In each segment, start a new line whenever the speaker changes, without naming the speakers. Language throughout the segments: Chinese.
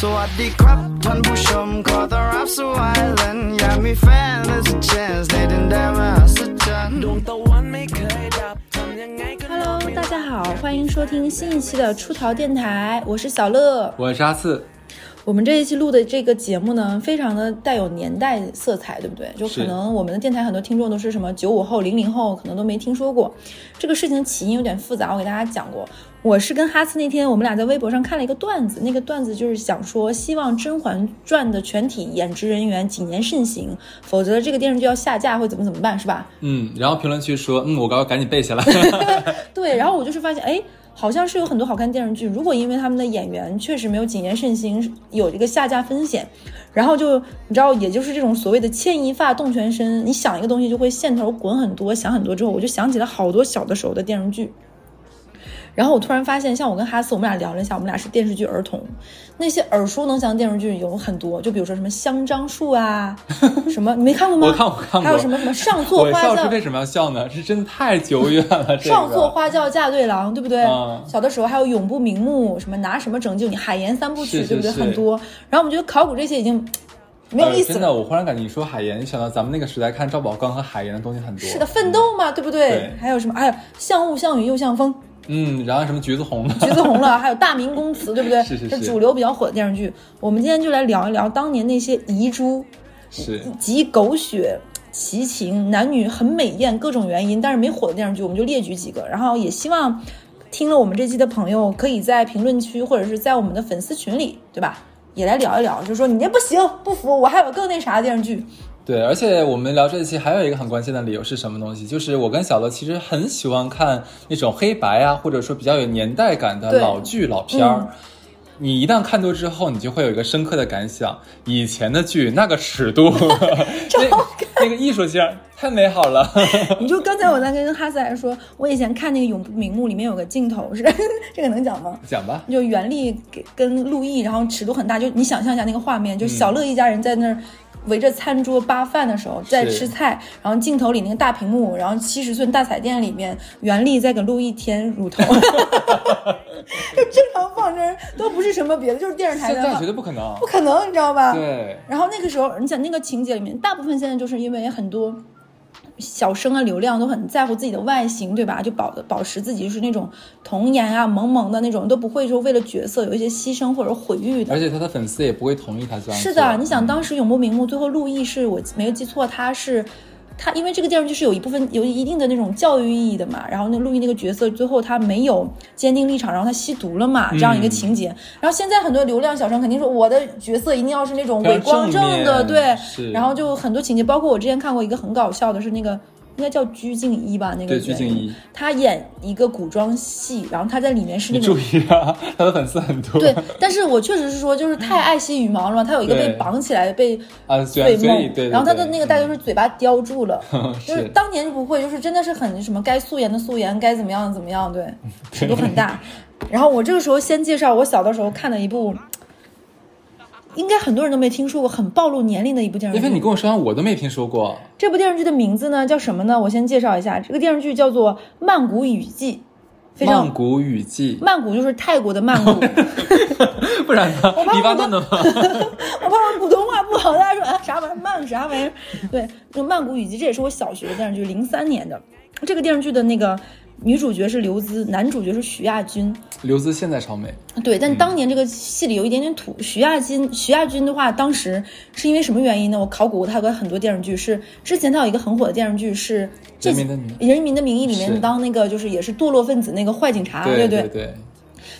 สวัสดีครับท่านผู้ชมขอต้อนรับสู่ไอแลนด์อยากมีแฟนและสัก chance ในดินแดนมหัศจรรย์
Hello，大家好，欢迎收听新一期的出逃电台，我是小乐。
我是阿四，
我们这一期录的这个节目呢，非常的带有年代色彩，对不对？就可
是
能我们的电台很多听众都是什么九五后、零零后，可能都没听说过。这个事情的起因有点复杂，我给大家讲过。我是跟哈斯那天我们俩在微博上看了一个段子，那个段子就是想说，希望《甄嬛传》的全体演职人员谨言慎行，否则这个电视剧要下架会怎么怎么办，是吧？
嗯，然后评论区说，嗯，我刚刚赶紧 背下来，
对，然后我就是发现，哎，好像是有很多好看电视剧，如果因为他们的演员确实没有谨言慎行，有这个下架风险，然后就你知道，也就是这种所谓的牵一发动全身，你想一个东西就会线头滚很多，想很多之后，我就想起了好多小的时候的电视剧。然后我突然发现，像我跟哈斯，我们俩聊了一下，我们俩是电视剧儿童，那些耳熟能详的电视剧有很多，就比如说什么《香樟树》 啊，什么你没看过吗？
我看我看过
还有什么什么上错
我
花
笑
轿，
是为什么要笑呢？是真的太久远 了，这个
上错花轿嫁对郎，对不对？
嗯
小的时候还有永不瞑目，什么拿什么拯救你，海盐三部曲，
是是
对不对？
是
很多。然后我们觉得考古这些已经没有
呃
意思
真的，
了。
我忽然感觉你说海盐，想到咱们那个时代看赵宝刚和海盐的东西很多，
是的，奋斗嘛，对不对？
嗯对
还有什么？哎呀，像雾像雨又像风，
嗯，然后什么橘子红的，
橘子红了，还有大明宫词，对不对？
是是
这
是
主流比较火的电视剧。我们今天就来聊一聊当年那些遗珠，
是
集狗血、奇情、男女很美艳各种原因，但是没火的电视剧，我们就列举几个。然后也希望听了我们这期的朋友，可以在评论区或者是在我们的粉丝群里， 对吧？也来聊一聊，就说你这不行，不服，我还有更那啥的电视剧。
对，而且我们聊这期还有一个很关键的理由是什么东西？就是我跟小乐其实很喜欢看那种黑白啊，或者说比较有年代感的
对嗯
老剧老片儿。你一旦看多之后，你就会有一个深刻的感想：以前的剧那个 尺度，那那个艺术性儿太美好 了。
你就刚才我在跟哈斯还说，我以前看那个《永不瞑目》里面有个镜头是， 这个能讲吗？
讲吧，
就袁立给跟陆毅，然后尺度很大，就你想象一下那个画面，就
嗯
小乐一家人在那儿围着餐桌扒饭的时候，在吃菜，然后镜头里那个大屏幕，然后七十寸大彩电里面，袁立在给陆毅添乳 头， 就正常放声都不是什么别的，就是电视台
现
的
在
放
绝，对不可能
不。可能，你知道吧？
对，
然后那个时候，你想那个情节里面，大部分现在就是因为很多小生啊、流量都很在乎自己的外形，对吧？就保保持自己就是那种童颜啊、萌萌的那种，都不会说为了角色有一些牺牲或者毁誉的
而。且他的粉丝也不会同意他这样
是
做嗯
的，你想当时永不瞑目，最后陆毅是我没有记错，他是。他因为这个电视剧是有一部分有一定的那种教育意义的嘛，然后那陆毅那个角色最后他没有坚定立场，然后他吸毒了嘛，这样
嗯
一个情节。然后现在很多流量小生肯定说我的角色一定要是那种
非常
伪光
正
正的，
面
对，
是
然后就很多情节，包括我之前看过一个很搞笑的，是那个应该叫鞠婧祎吧，那个
对鞠婧
演员
祎
她演一个古装戏，然后她在里面是那
你
种
注意啊，他的粉丝很多。
对，但是我确实是说，就是太爱惜羽毛了嘛，她有一个被
对
绑起来被
啊，嘴
对
嘴里
梦，
对，
然后他
他
的那个大就是嘴巴叼住 了，就是
是
当年不会，就是真的是很什么该素颜的素颜，该怎么样的怎么样，对， 尺度很大。 然后我这个时候先介绍我小的时候看的一部，应该很多人都没听说过，很暴露年龄的一部电视
因为你
剧。
跟我说完，我都没听说过。
这部电视剧的名字呢叫什么呢？我先介绍一下，这个电视剧叫做《曼谷雨季》，非
曼
常。
谷 雨季，
曼谷就是泰国的曼 谷，
不然呢
我？怕
黎巴
我都
嫩的吗？
我怕我普通话不好，大家说啊啥玩意儿曼啥玩意儿？对，就《曼谷雨季》，这也是我小学的电视剧，零三年的。这个电视剧的那个女主角是刘孜，男主角是徐亚军。
刘孜现在超美，
对，但当年这个戏里有一点点土。徐亚军，徐亚军的话，当时是因为什么原因呢？我考古过他的很多电视剧，是之前他有一个很火的电视剧是这
人民的名义
《人民的名义》里面
是
当那个就是也是堕落分子那个坏警察，
对
啊对
对对，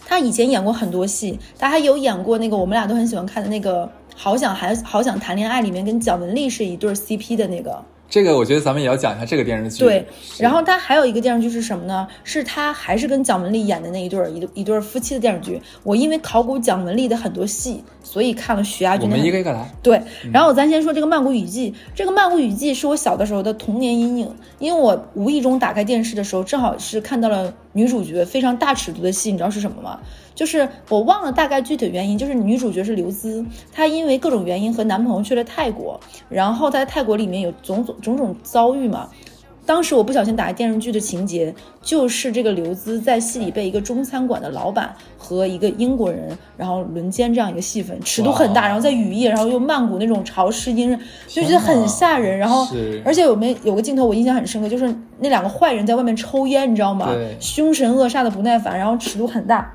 他以前演过很多戏，他还有演过那个我们俩都很喜欢看的那个《好想还好想谈恋爱》里面跟蒋雯丽是一对儿 CP 的那个。
这个我觉得咱们也要讲一下这个电视剧。
对，
是
然后他还有一个电视剧是什么呢？是他还是跟蒋雯丽演的那一对儿一对一对儿夫妻的电视剧。我因为考古蒋雯丽的很多戏，所以看了徐亚
我
军的
们
很
一个一个来。
对，然后咱先说这个《曼谷雨季》。这个《曼谷雨季》是我小的时候的童年阴影，因为我无意中打开电视的时候，正好是看到了女主角非常大尺度的戏，你知道是什么吗？就是我忘了大概具体原因，就是女主角是刘孜，她因为各种原因和男朋友去了泰国，然后在泰国里面有种种种种遭遇嘛，当时我不小心打开电视剧的情节，就是这个刘孜在戏里被一个中餐馆的老板和一个英国人，然后轮奸这样一个戏份，尺度很大，
哇哦
然后在雨夜，然后又曼谷那种潮湿阴热，就觉得
天哪
很吓人。然后
是
而且有没有个镜头我印象很深刻，就是那两个坏人在外面抽烟，你知道吗
对？
凶神恶煞的不耐烦，然后尺度很大。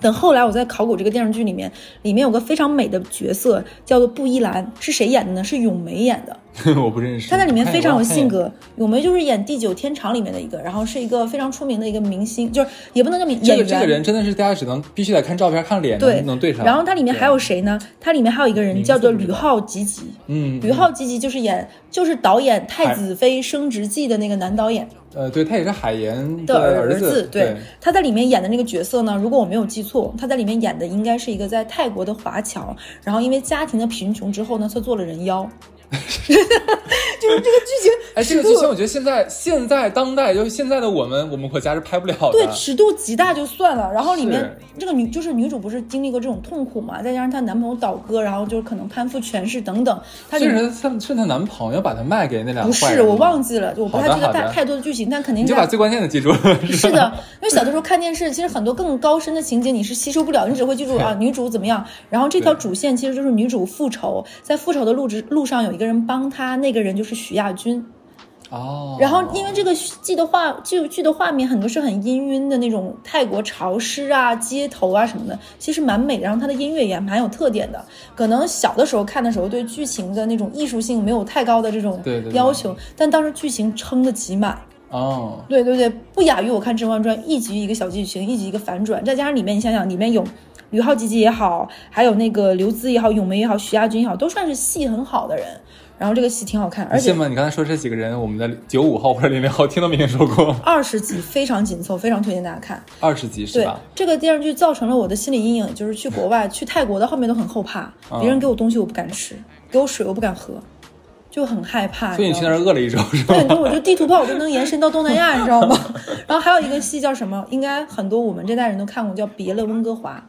等后来我在考古这个电视剧里面，里面有个非常美的角色叫做布依兰，是谁演的呢？是咏梅演的。
我不认识。
她在里面
嗯看
非
也
常有
忘看
性
也
格，咏梅就是演《地久天长》里面的一个，然后是一个非常出名的一个明星，就是也不能叫明演
这个
员。
这个人真的是大家只能必须得看照片看脸
对
能能对上。
然后它里面还有谁呢？它里面还有一个人
名字
叫做
不知
吕
道
浩吉吉，
嗯，
吕浩吉吉就是演就是导演《太
海
子妃升职记》的那个男导演。
呃，对他也是海岩
的
儿
子，
对，
他在里面演的那个角色呢，如果我没有记错，他在里面演的应该是一个在泰国的华侨，然后因为家庭的贫穷之后呢，他做了人妖， 就是这个剧情，
哎，这
尺
个剧
度
情我觉得现在现在当代，就是现在的我们，我们国家是拍不了的。
对尺度极大就算了，然后里面
是
这个女就是女主不是经历过这种痛苦嘛，再加上她男朋友倒戈，然后就是可能攀附权势等等，她里
这
面
人是是她男朋友把她卖给那两
不
个坏
是
人
我
吗
忘记了，我不太
好的
记得
好的
大太多的剧情，但肯定
你
是
就把最关键的记住了。
是的，因为小的时候看电视，其实很多更高深的情节你是吸收不了，你只会记住
对
啊女主怎么样。然后这条
对
主线其实就是女主复仇，在复仇的路之路上有一个人帮她，那个人就是许亚军。
哦，
然后因为这个剧的画剧剧的画面很多是很氤氲的那种泰国潮湿啊、街头啊什么的，其实蛮美的。然后它的音乐也蛮有特点的。可能小的时候看的时候对剧情的那种艺术性没有太高的这种
对对对
要求，但当时剧情撑得极满。
哦，
对对对，不亚于我看《甄嬛传》，一集一个小剧情，一集一个反转，再加上里面你想想，里面有吕浩吉吉也好，还有那个刘孜也好，咏梅也好，徐亚军也好，都算是戏很好的人。然后这个戏挺好看，而
你信
且
吗？你刚才说这几个人，我们的九五后或者零零后听都没听说 过，
二十集非常紧凑，非常推荐大家看。
二十集是
对
吧？
这个电视剧造成了我的心理阴影，就是去国外、去泰国的后面都很后怕，
嗯
别人给我东西我不敢吃，给我水我不敢喝，就很害怕。
所以你
知
去
道
那
吗
儿饿了一周是吧
对，？你说我就地图炮，我就能延伸到东南亚，你知道吗？ 然后还有一个戏叫什么？应该很多我们这代人都看过，叫《别了温哥华》，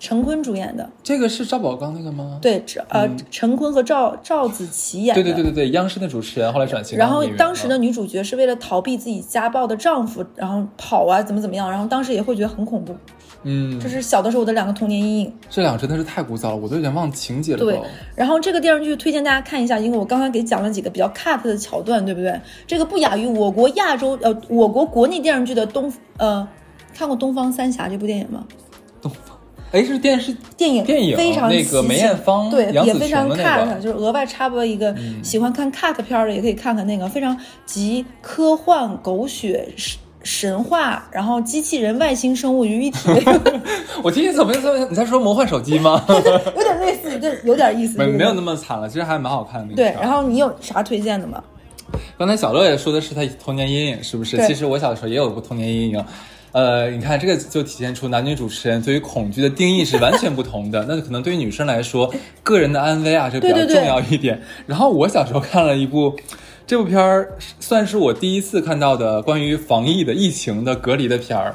陈坤主演的，
这个是赵宝刚那个吗？
对，这呃，陈坤和赵赵子琪演的。
嗯对对对对对央视的主持人后来转型
然
当
后
演员了。啊
当时的女主角是为了逃避自己家暴的丈夫，然后跑啊，怎么怎么样，然后当时也会觉得很恐怖，
嗯
这，是小的时候我的两个童年阴影。
这两个真的是太古早了，我都有点忘情节了
对
都。，
然后这个电视剧推荐大家看一下，因为我刚刚给讲了几个比较 cut 的桥段，对不对？这个不亚于我国亚洲呃我国国内电视剧的东呃，看过《东方三侠》这部电影吗？
哎，是电视
电影
电影
非常
那个
喜
梅
庆
艳芳
对
杨
也
紫
非
琼
常
的那嗯
cut，、
个
就是额外插播一个，喜欢看 cut 片儿的也可以看看那个非常集科幻、狗血、神神话，然后机器人、外星生物于一 体的一个，
我听你怎么怎么你在说魔幻手 机吗？
有点类似，对，有点意思，
没
对不
没
对
有那么惨了，其实还蛮好看的那个
对。
片儿
然后你有啥推荐的吗？
刚才小乐也说的是他童年阴影，是不是？
对
其实我小时候也有过童年阴影。呃，你看这个就体现出男女主持人对于恐惧的定义是完全不同 的。那可能对于女生来说，个人的安危啊，这个
对
比较
对对
重要一点。然后我小时候看了一部，这部片儿算是我第一次看到的关于防疫的、疫情的、隔离的片儿。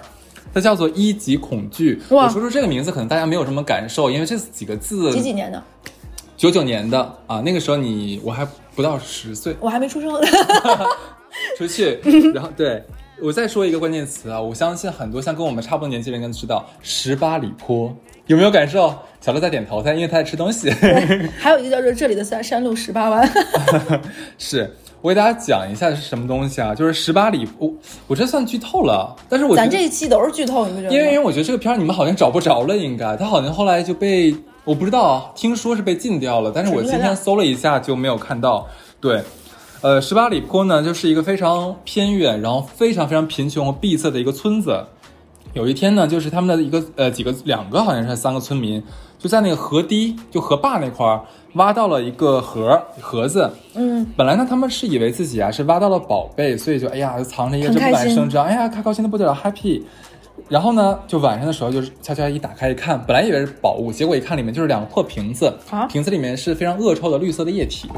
它叫做《一级恐惧》，
哇
我说出这个名字，可能大家没有什么感受，因为这几个字，
几几年的？
九九年的啊，那个时候你我还不到十岁，
我还没出生。
出去，然后对我再说一个关键词啊，我相信很多像跟我们差不多年纪的人应该知道十八里坡，有没有感受？小乐在点头，他因为他在吃 东西。
还有一个叫做这里的山山路十八弯，
是我给大家讲一下是什么东西啊，就是十八里坡，我我这算剧透了，但是我觉
咱
得
这一期都是剧透，你不觉得吗？
因为因为我觉得这个片儿你们好像找不着了，应该它好像后来就被我不知道啊，听说是被禁掉了，但是我今天搜了一下就没有看到。对，呃，十八里坡呢，就是一个非常偏远，然后非常非常贫穷和闭塞的一个村子。有一天呢，就是他们的一个呃几个两个好像是三个村民，就在那个河堤就河坝那块儿挖到了一个盒盒子。
嗯，
本来呢他们是以为自己啊是挖到了宝贝，所以就哎呀就藏着一个
很
这不
开
敢
心
声张，哎呀开高兴的不得了，happy。然后呢，就晚上的时候，就是悄悄一打开一看，本来以为是宝物，结果一看里面就是两个破瓶子，
啊
瓶子里面是非常恶臭的绿色的液体。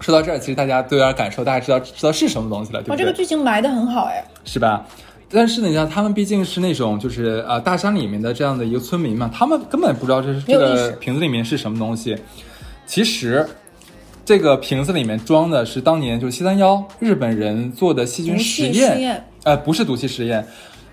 说到这儿，其实大家都有点感受，大家知道知道是什么东西了，
哇，
对不
哦这
对？
个剧情埋的很好哎，
是吧？但是呢，你知道他们毕竟是那种就是呃大山里面的这样的一个村民嘛，他们根本不知道这是
没
这
有意识
个瓶子里面是什么东西。其实这个瓶子里面装的是当年就是七三幺日本人做的细菌实
毒气
验，
实验
呃，不是毒气实验，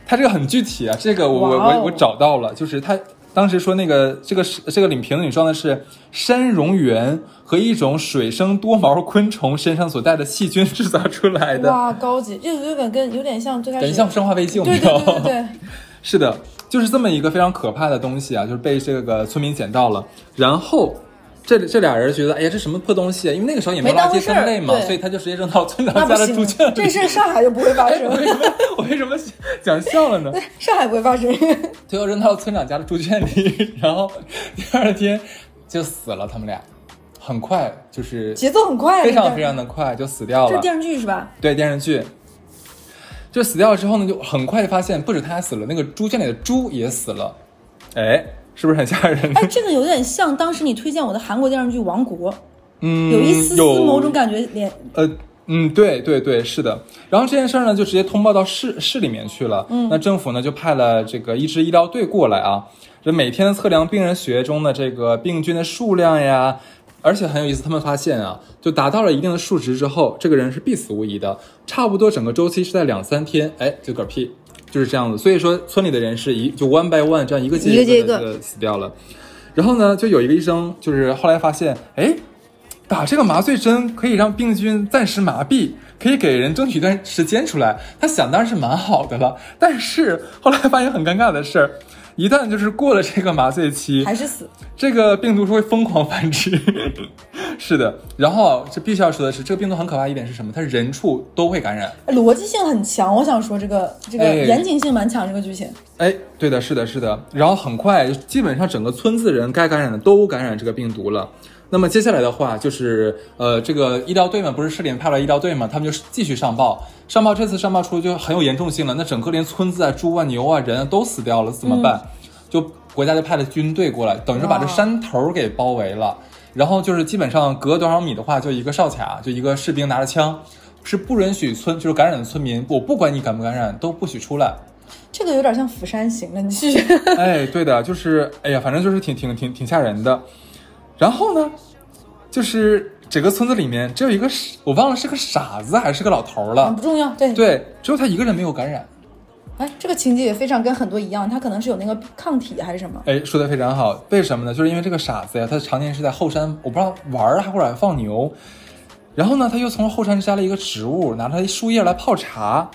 它这个很具体啊，这个我我
哇哦
我我找到了，就是它当时说那个这个是这个领瓶子里装的是山蝾螈和一种水生多毛昆虫身上所带的细菌制造出来的，
哇，高级，这个有点跟有点像最开始，
感觉像生化危机，我们
对对
知道
对对 对，
是的，就是这么一个非常可怕的东西啊，就是被这个村民捡到了，然后。这这俩人觉得，哎呀，这什么破东西啊！因为那个时候也
没
垃
当
圾
回事儿
分类嘛，
对
所以他就直接扔到村
那
长
不
家的猪
行啊
圈，
这
里。
事儿上海就不会发
我为
生，
什 么我为什么讲笑了呢？
上海不会发生。
最后扔到村长家的猪圈里，然后第二天就死了，他们俩很快就是
节奏很快、啊，
非
这
常
个
非常的快就死掉
这是。
了
电视剧是吧？
对电视剧，就死掉了之后呢，就很快就发现不止他死了，那个猪圈里的猪也死了，哎，是不是很吓人？
哎，这个有点像当时你推荐我的韩国电视剧《王国》，
嗯，
有一丝丝
有
某种感觉连，
呃，嗯，对对对，是的。然后这件事儿呢，就直接通报到市市里面去了。嗯，那政府呢就派了这个一支医疗队过来啊，这每天测量病人血中的这个病菌的数量呀。而且很有意思，他们发现啊，就达到了一定的数值之后，这个人是必死无疑的。差不多整个周期是在两三天，哎，就嗝屁，就是这样子。所以说，村里的人是一就 one by one 这样一个接
一个接
一
一个
个的死掉了。然后呢，就有一个医生，就是后来发现，哎，打这个麻醉针可以让病菌暂时麻痹，可以给人争取一段时间出来。他想当然是蛮好的了，但是后来发现很尴尬的事儿，一旦就是过了这个麻醉期，
还是死。
这个病毒是会疯狂繁殖。 是的，然后这必须要说的是，这个病毒很可怕一点是什么？它人畜都会感染。
哎逻辑性很强，我想说这个这个
哎
严谨性蛮强，这个剧情
哎，对的，是的，是的。然后很快，基本上整个村子人该感染的都感染这个病毒了。那么接下来的话就是，呃，这个医疗队嘛，不是市里面派了医疗队嘛，他们就继续上报，上报这次上报出就很有严重性了，那整个连村子啊、猪啊、牛啊、人啊都死掉了，怎么办？就国家就派了军队过来，等于是把这
哇
山头儿给包围了。然后就是基本上隔多少米的话，就一个哨卡，就一个士兵拿着枪，是不允许村就是感染的村民，我不管你感不感染，都不许出来。
这个有点像《釜山行》了，你继续。
哎，对的，就是哎呀，反正就是挺挺挺挺吓人的。然后呢，就是整个村子里面只有一个傻我忘了是个傻子还是个老头儿
嗯
了
不，重要，对，
啊对，只有他一个人没有感染。
哎，这个情节也非常跟很多一样，它可能是有那个抗体啊还是什么，
哎，说的非常好，为什么呢？就是因为这个傻子呀，他常年是在后山，我不知道玩儿啊或者放牛，然后呢，他又从后山摘了一个植物，拿它一树叶来泡茶，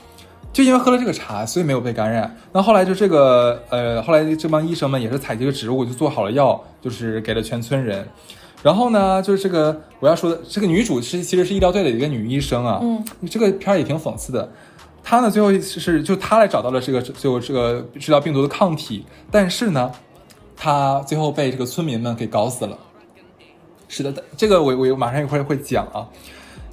就因为喝了这个茶，所以没有被感染。那后来就这个呃，后来这帮医生们也是采集了植物，就做好了药，就是给了全村人。然后呢，就是这个我要说的，这个女主是其实是医疗队的一个女医生啊，
嗯，
这个片儿也挺讽刺的。她呢，最后是就她来找到了这个就这个治疗病毒的抗体，但是呢，她最后被这个村民们给搞死了。是的，这个我我马上一会儿会讲啊。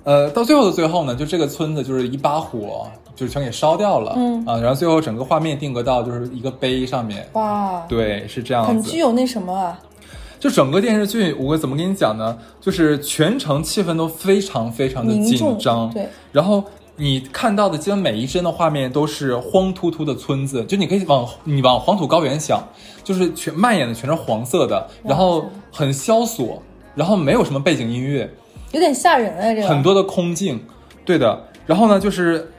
呃，到最后的最后呢，就这个村子就是一把火，就是全给烧掉了，
嗯
啊，然后最后整个画面定格到就是一个碑上面，
哇，
对，是这样
很
子
具。有那什么啊，
就整个电视剧，我怎么跟你讲呢？就是全程气氛都非常非常的
凝
紧
重
张，
对，
然后。你看到的基本每一帧的画面都是荒秃秃的村子，就你可以往你往黄土高原想，就是全蔓延的全是黄色的，然后很萧索，然后没有什么背景音乐，
有点吓人哎，这个
很多的空镜，对的。然后呢，就是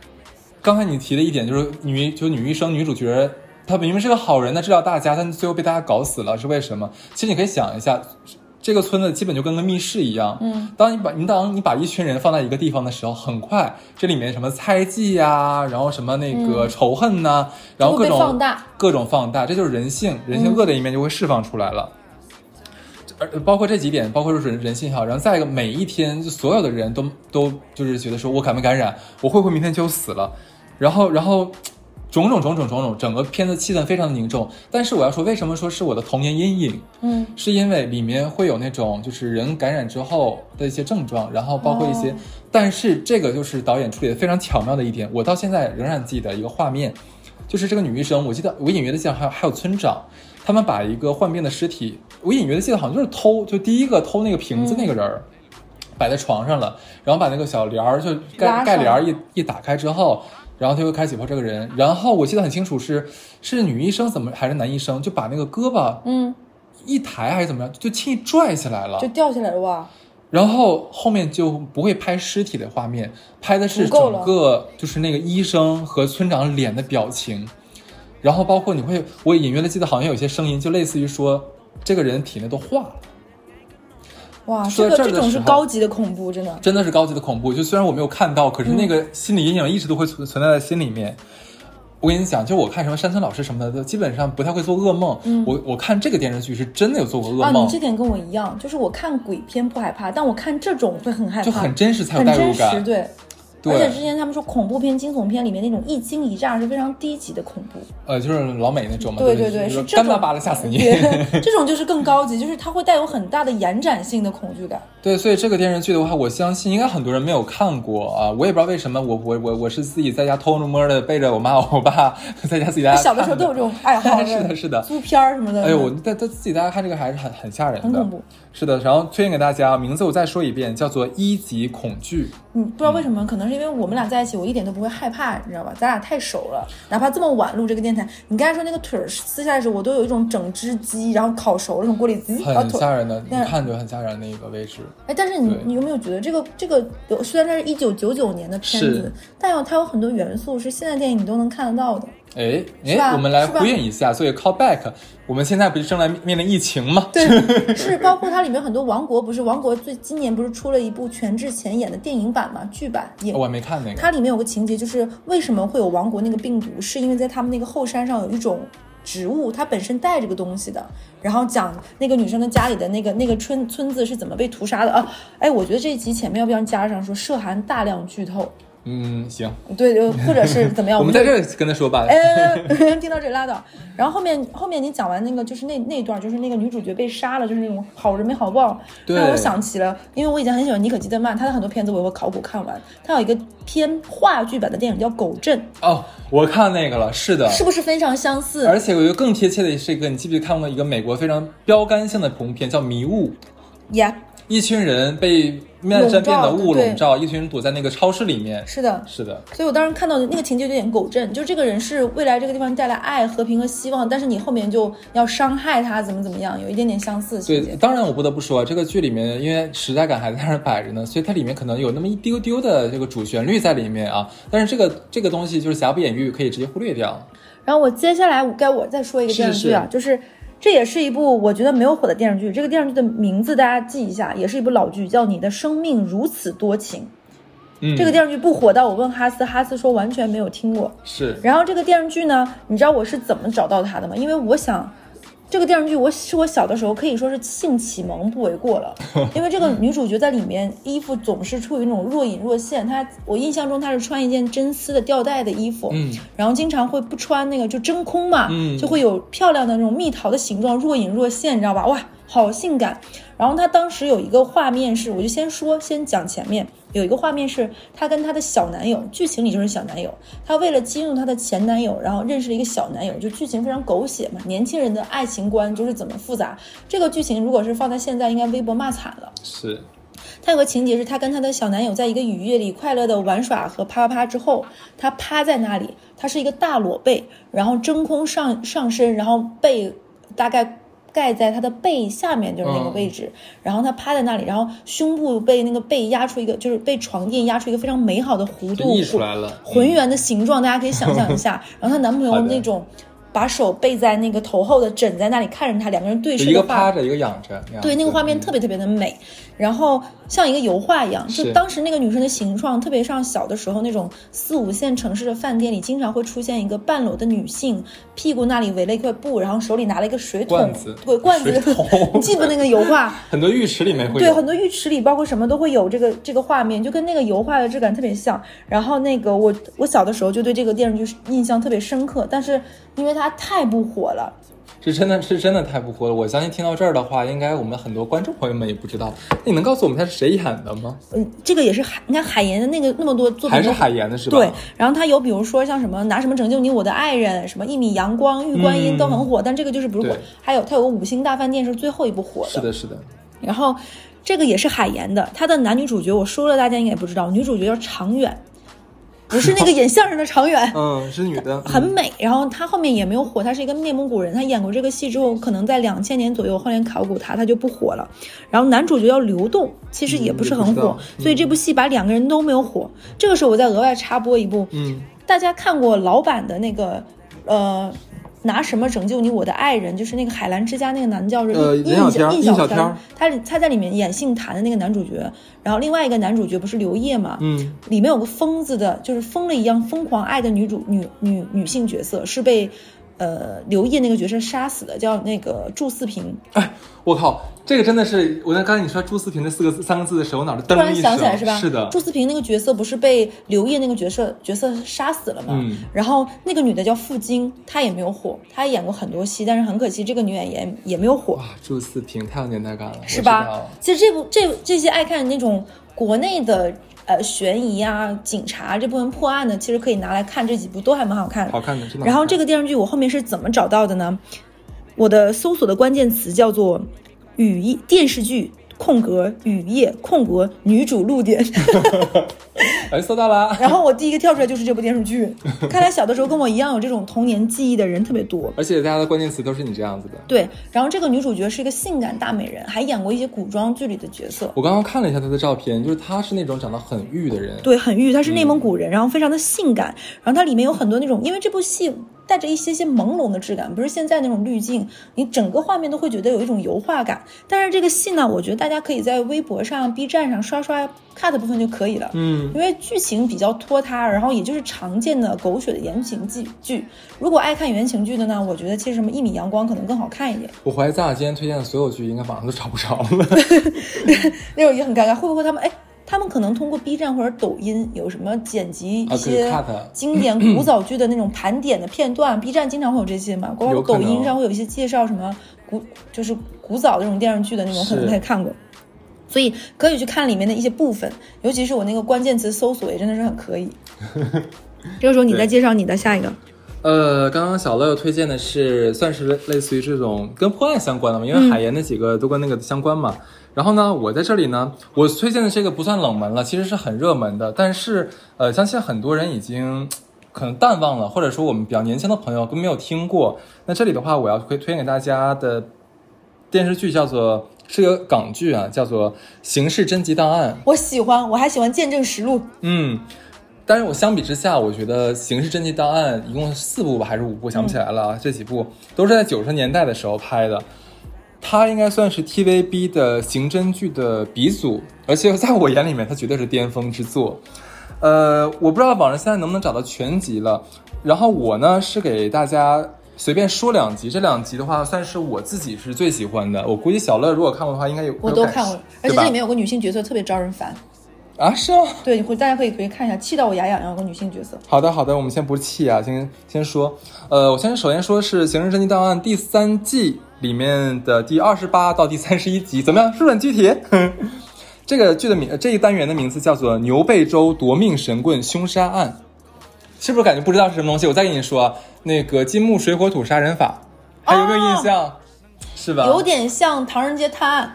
刚才你提的一点，就是女就女医生女主角，她明明是个好人，她治疗大家，但最后被大家搞死了，是为什么？其实你可以想一下，这个村子基本就跟个密室一样。
嗯，
当你把你当你把一群人放在一个地方的时候，很快这里面什么猜忌呀、然后什么那个仇恨呐、然后各
嗯就会被
种
放大嗯
各种放大，这就是人性，人性恶的一面就会释放出来了。而包括这几点，包括就是人人性也好，然后再一个，每一天就所有的人都都就是觉得说我感没感染，我会不会明天就死了，然后然后种种种种种种，整个片子气氛非常的凝重。但是我要说，为什么说是我的童年阴影？
嗯，
是因为里面会有那种就是人感染之后的一些症状，然后包括一些，
哦
但是这个就是导演处理的非常巧妙的一点，我到现在仍然记得一个画面，就是这个女医生，我记得我隐约的记得还有还有村长，他们把一个患病的尸体，我隐约的记得好像就是偷，就第一个偷那个瓶子
嗯
那个人儿。摆在床上了，然后把那个小帘儿就盖
拉上
盖帘儿一一打开之后，然后他就开解剖这个人。然后我记得很清楚是是女医生怎么还是男医生就把那个胳膊
嗯，
一抬还是怎么样，就轻易拽起来了
就。掉下来了哇，
然后后面就不会拍尸体的画面，拍的是
足够了
整个就是那个医生和村长脸的表情，然后包括你会，我隐约的记得好像有些声音，就类似于说这个人体内都化了。
哇，
说
这
到
个
这儿的
种
时
是
候
高级的恐怖，真的。
真的是高级的恐怖。就虽然我没有看到，可是那
嗯
个心理阴影一直都会存存在在心里面。我跟你讲，就我看什么山村老师什么的，都基本上不太会做噩梦。
嗯
我我看这个电视剧是真的有做过噩
啊，
梦，
你这点跟我一样，就是我看鬼片不害怕，但我看这种会很害怕，
就很真实才有
很
代
真
入
实，
感。
对。
对
而且之前他们说恐怖片、惊悚片里面那种一惊一乍是非常低级的恐怖，
呃，就是老美那种嘛，
对
对
对对，
就是
这
干巴
种
巴的吓死你。
对 这种就是更高级，就是它会带有很大的延展性的恐 惧感。
对，所以这个电视剧的话，我相信应该很多人没有看过啊，我也不知道为什么，我我我我是自己在家偷着摸的，背着我妈 我爸在家自己在家看。
小的时候都有这种爱好，
是的，是的。
租片儿什么的。
哎呦，我在在自己在家看这个还是很很吓人的，
很恐怖。
是的，然后推荐给大家，啊名字我再说一遍，叫做《一级恐惧
嗯，不知道为什么，可能是因为我们俩在一起，我一点都不会害怕，你知道吧？咱俩太熟了，哪怕这么晚录这个电台，你刚才说那个腿儿撕下来的时候，我都有一种整只鸡，然后烤熟了从锅里滋，》，然后
很
腿
吓人的，你
但
看着很吓人的一个位置。
哎，但是你
对
你有没有觉得这个这个有虽然它是一九九九年的片子
是，
但有它有很多元素是现在电影你都能看得到的。
哎
是吧
哎，我们来
是吧
呼应一下，所以 call back，我们现在不是正在面临疫情吗？
对，是包括它里面很多王国，不是王国最今年不是出了一部全智贤演的电影版嘛，剧版也
哦我还没看那个。
它里面有个情节，就是为什么会有王国那个病毒，是因为在他们那个后山上有一种植物，它本身带这个东西的。然后讲那个女生的家里的那个 那个村村子是怎么被屠杀的啊？哎，我觉得这一集前面要不要加上说涉含大量剧 透？
嗯，行，
对，呃或者是怎么样？
我们
就
在这儿跟他说吧。
哎， 听到这拉倒。然后后面后面你讲完那个就是那那段，就是那个女主角被杀了，就是那种好人没好报，
对
让我想起了，因为我以前很喜欢妮可基德曼，她的很多片子我也会考古看完。她有一个偏话剧版的电影叫《狗镇
哦，我看那个了，是的》，。
是不是非常相似？
而且我觉得更贴切的是一个，你记不记得看过一个美国非常标杆性的恐怖片，叫《迷雾》，
也
一群人被漫山遍的雾
笼罩对
笼罩，一群人躲在那个超市里面。
是的。
是的，
所以我当时看到的那个情节有点狗镇，就这个人是未来这个地方带来爱、和平和希望，但是你后面就要伤害他，怎么怎么样，有一点点相似情
对，
节。
当然我不得不说，这个剧里面因为时代感还在那儿摆着呢，所以它里面可能有那么一丢丢的这个主旋律在里面啊。但是这个这个东西就是瑕不掩瑜，可以直接忽略掉。
然后我接下来我该我再说一个
是
电视剧啊，
是
就是这也是一部我觉得没有火的电视剧。这个电视剧的名字大家记一下，也是一部老剧，叫《你的生命如此多情》。
嗯，
这个电视剧不火到我问哈斯，哈斯说完全没有听过。
是
然后这个电视剧呢，你知道我是怎么找到它的吗？因为我想，这个电视剧我是我小的时候可以说是性启蒙不为 过了，因为这个女主角在里面衣服总是处于那种若隐若现，她我印象中她是穿一件真丝的吊带的衣服，
嗯，
然后经常会不穿那个就真空嘛，
嗯
就会有漂亮的那种蜜桃的形状若隐若现，你知道吧？哇，好性感。然后她当时有一个画面是，我就先说，先讲前面有一个画面是她跟她的小男友，剧情里就是小男友，她为了激怒她的前男友，然后认识了一个小男友，就剧情非常狗血嘛，年轻人的爱情观就是怎么复杂。这个剧情如果是放在现在，应该微博骂惨了。
是，
她有个情节是，她跟她的小男友在一个雨夜里快乐的玩耍和啪啪啪之后，她趴在那里，她是一个大裸背，然后真空上上身，然后背大概盖在她的背下面就是那个位置，
嗯
然后她趴在那里，然后胸部被那个被压出一个，就是被床垫压出一个非常美好的弧
就
度，
溢出来了嗯
浑圆的形状，大家可以想象一 下。然后她男朋友
好的
那种。把手背在那个头后的枕在那里看着她，两个人对
就
视
一
的
个
话，
趴着，一个仰着。样
对，
子嗯
那个画面特别特别的美，然后像一个油画一样。就是当时那个女生的形状，特别像小的时候那种四五线城市的饭店里，经常会出现一个半裸的女性，屁股那里围了一块布，然后手里拿了一个水桶，
罐子
对，罐子
水桶，
你记不那个油画？
很多浴池里 面会
对，
有
很多浴池里包括什么都会有这个这个画面，就跟那个油画的质感特别像。然后那个我我小的时候就对这个电视剧印象特别深刻，但是因为它太不火了，
是真的是真的太不火了。我相信听到这儿的话，应该我们很多观众朋友们也不知道。那你能告诉我们他是谁演的吗？
嗯，这个也是海，你看海岩的那个那么多作品都
还是海岩的是吧？
对，然后他有比如说像什么拿什么拯救你我的爱人，什么一米阳光、玉观音
嗯
都很火，但这个就是不是火
对。
还有他有个五星大饭店是最后一部火
是的，是的。，
然后这个也是海岩的，他的男女主角我说了大家应该也不知道，女主角叫常远。不是那个演相声的常远
嗯，是女的，
很美。然后她后面也没有火，她是一个内蒙古人。她演过这个戏之后，可能在两千年左右，后来考古她，她就不火了。然后男主角叫刘栋，其实也不是很
嗯不知
火
道，
所以这部戏把两个人都没有火。这个时候我再额外插播一部，
嗯
大家看过老版的那个，呃。拿什么拯救你，我的爱人，就是那个海澜之家那个男教授，
呃
印
任小天儿
印
印
小
小
天
天儿
儿，他他在里面演姓谭的那个男主角，然后另外一个男主角不是刘烨嘛，
嗯
里面有个疯子的，就是疯了一样疯狂爱的女主女女女性角色是被，呃，刘烨那个角色杀死的，叫那个祝四平。
我靠，这个真的是我在刚才你说朱思平这四个字三个字的时候，我脑袋
突
噔
然
一
想起来
声
是吧？
是的
祝，四平那个角色不是被刘烨那个角色角色杀死了吗？
嗯
然后那个女的叫傅菁，她也没有火，她演过很多戏，但是很可惜这个女演员也没有火。
哇，朱思平太有年代感了，
是
我知道
吧
了？
其实这部这这些爱看那种国内的呃悬疑啊、警察这部分破案的，其实可以拿来看这几部都还蛮好看的。
好看的，真的好看。
然后这个电视剧我后面是怎么找到的呢？我的搜索的关键词叫做“雨夜电视剧”。空格雨夜空格女主露点，
哎搜到 了，
然后我第一个跳出来就是这部电视剧。看来小的时候跟我一样有这种童年记忆的人特别多。
而且大家的关键词都是你这样子的。
对，然后这个女主角是一个性感大美人，还演过一些古装剧里的角色。
我刚刚看了一下她的照片，就是她是那种长得很玉的人，
对，很玉，她是内蒙古人，然后非常的性感，然后它里面有很多那种，因为这部戏带着一些些朦胧的质感，不是现在那种滤镜，你整个画面都会觉得有一种油画感。但是这个戏呢，我觉得大家可以在微博上、B 站上刷刷 cut 部分就可以了。
嗯，
因为剧情比较拖沓，然后也就是常见的狗血的言情剧剧。如果爱看言情剧的呢，我觉得其实什么一米阳光可能更好看一点。
我怀疑咱俩今天推荐的所有剧，应该马上都找不着了。
那种也很尴尬，会不会他们哎？他们可能通过 B 站或者抖音有什么剪辑一
啊可以
些
cut
经典 古早剧的那种盘点的片段，B 站经常会有这些嘛，包括
有可
抖
能
音上会有一些介绍什么古就是古早这种电视剧的那种，
是
可能他也看过，所以可以去看里面的一些部分，尤其是我那个关键词搜索也真的是很可 以。这个时候你再介绍你的下一个，
呃，刚刚小乐推荐的是算是类似于这种跟破案相关的嘛，因为海岩那几个都跟那个相关嘛。然后呢，我在这里呢，我推荐的这个不算冷门了，其实是很热门的，但是呃，相信很多人已经可能淡忘了，或者说我们比较年轻的朋友都没有听过。那这里的话，我要推推荐给大家的电视剧叫做是个港剧啊，叫做《刑事侦缉档案》。
我喜欢，我还喜欢《见证实录》，
嗯，但是我相比之下，我觉得《刑事侦缉档案》一共四部吧，还是五部，想不起来了啊。这几部都是在九十年代的时候拍的，它应该算是 TVB 的刑侦剧的鼻祖，而且在我眼里面，它绝对是巅峰之作。呃，我不知道网上现在能不能找到全集了。然后我呢是给大家随便说两集，这两集的话算是我自己是最喜欢的。我估计小乐如果看过的话，应该有
我
有
都
感
看过，而
对
且
吧
这里面有个女性角色特别招人烦。
啊是吗？
对，会大家可以可以看一下，气到我牙痒痒。有个女性角色，
好的，好的，我们先不气啊，先先说，呃，我先首先说是《刑事侦缉档案》第三季里面的第二十八到第三十一集，怎么样？是不是很具体？ 这个剧的名，呃这一单元的名字叫做《牛背洲夺命神棍凶杀案》，是不是感觉不知道是什么东西？我再跟你说，那个金木水火土杀人法，还有没有印象？是吧？
有点像《唐人街探案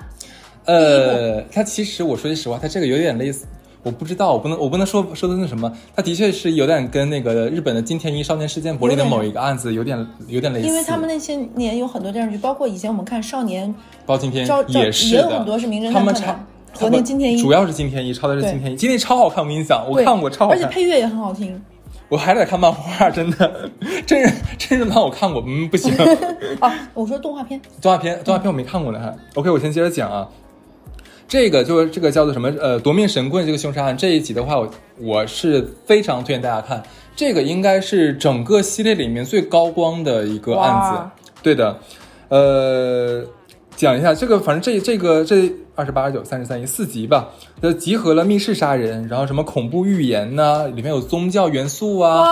呃，它其实我说句实话，它这个有点类似，我不知道，我不能我不能说说的那什么，它的确是有点跟那个日本的金田一少年事件簿里
有
的
点
某一个案子有点有点类》，似，
因为他们那些年有很多电视剧，包括以前我们看《少年
包青天
赵赵
是
也
的，
有很多是名侦探
他们
柯南
抄
和那金田一
主要是金田一抄的是
对
金田一，金田一超好看，我跟你讲，》，我
对，
看过超好
而且
看，
配乐也很好 听。
我还得看漫画，真的，真人真人版我看过，嗯，不行。
啊，我说动画片，
动画片，动画片我没看过呢，还。OK，我先接着讲啊。这个就是这个叫做什么？呃，夺命神棍这个凶杀案这一集的话，我我是非常推荐大家看。这个应该是整个系列里面最高光的一个案
哇
子。对的，呃，讲一下这个，反正这这个这二十八、二九、三十三、四集吧，就集合了密室杀人，然后什么恐怖预言呐、里面有宗教元素啊，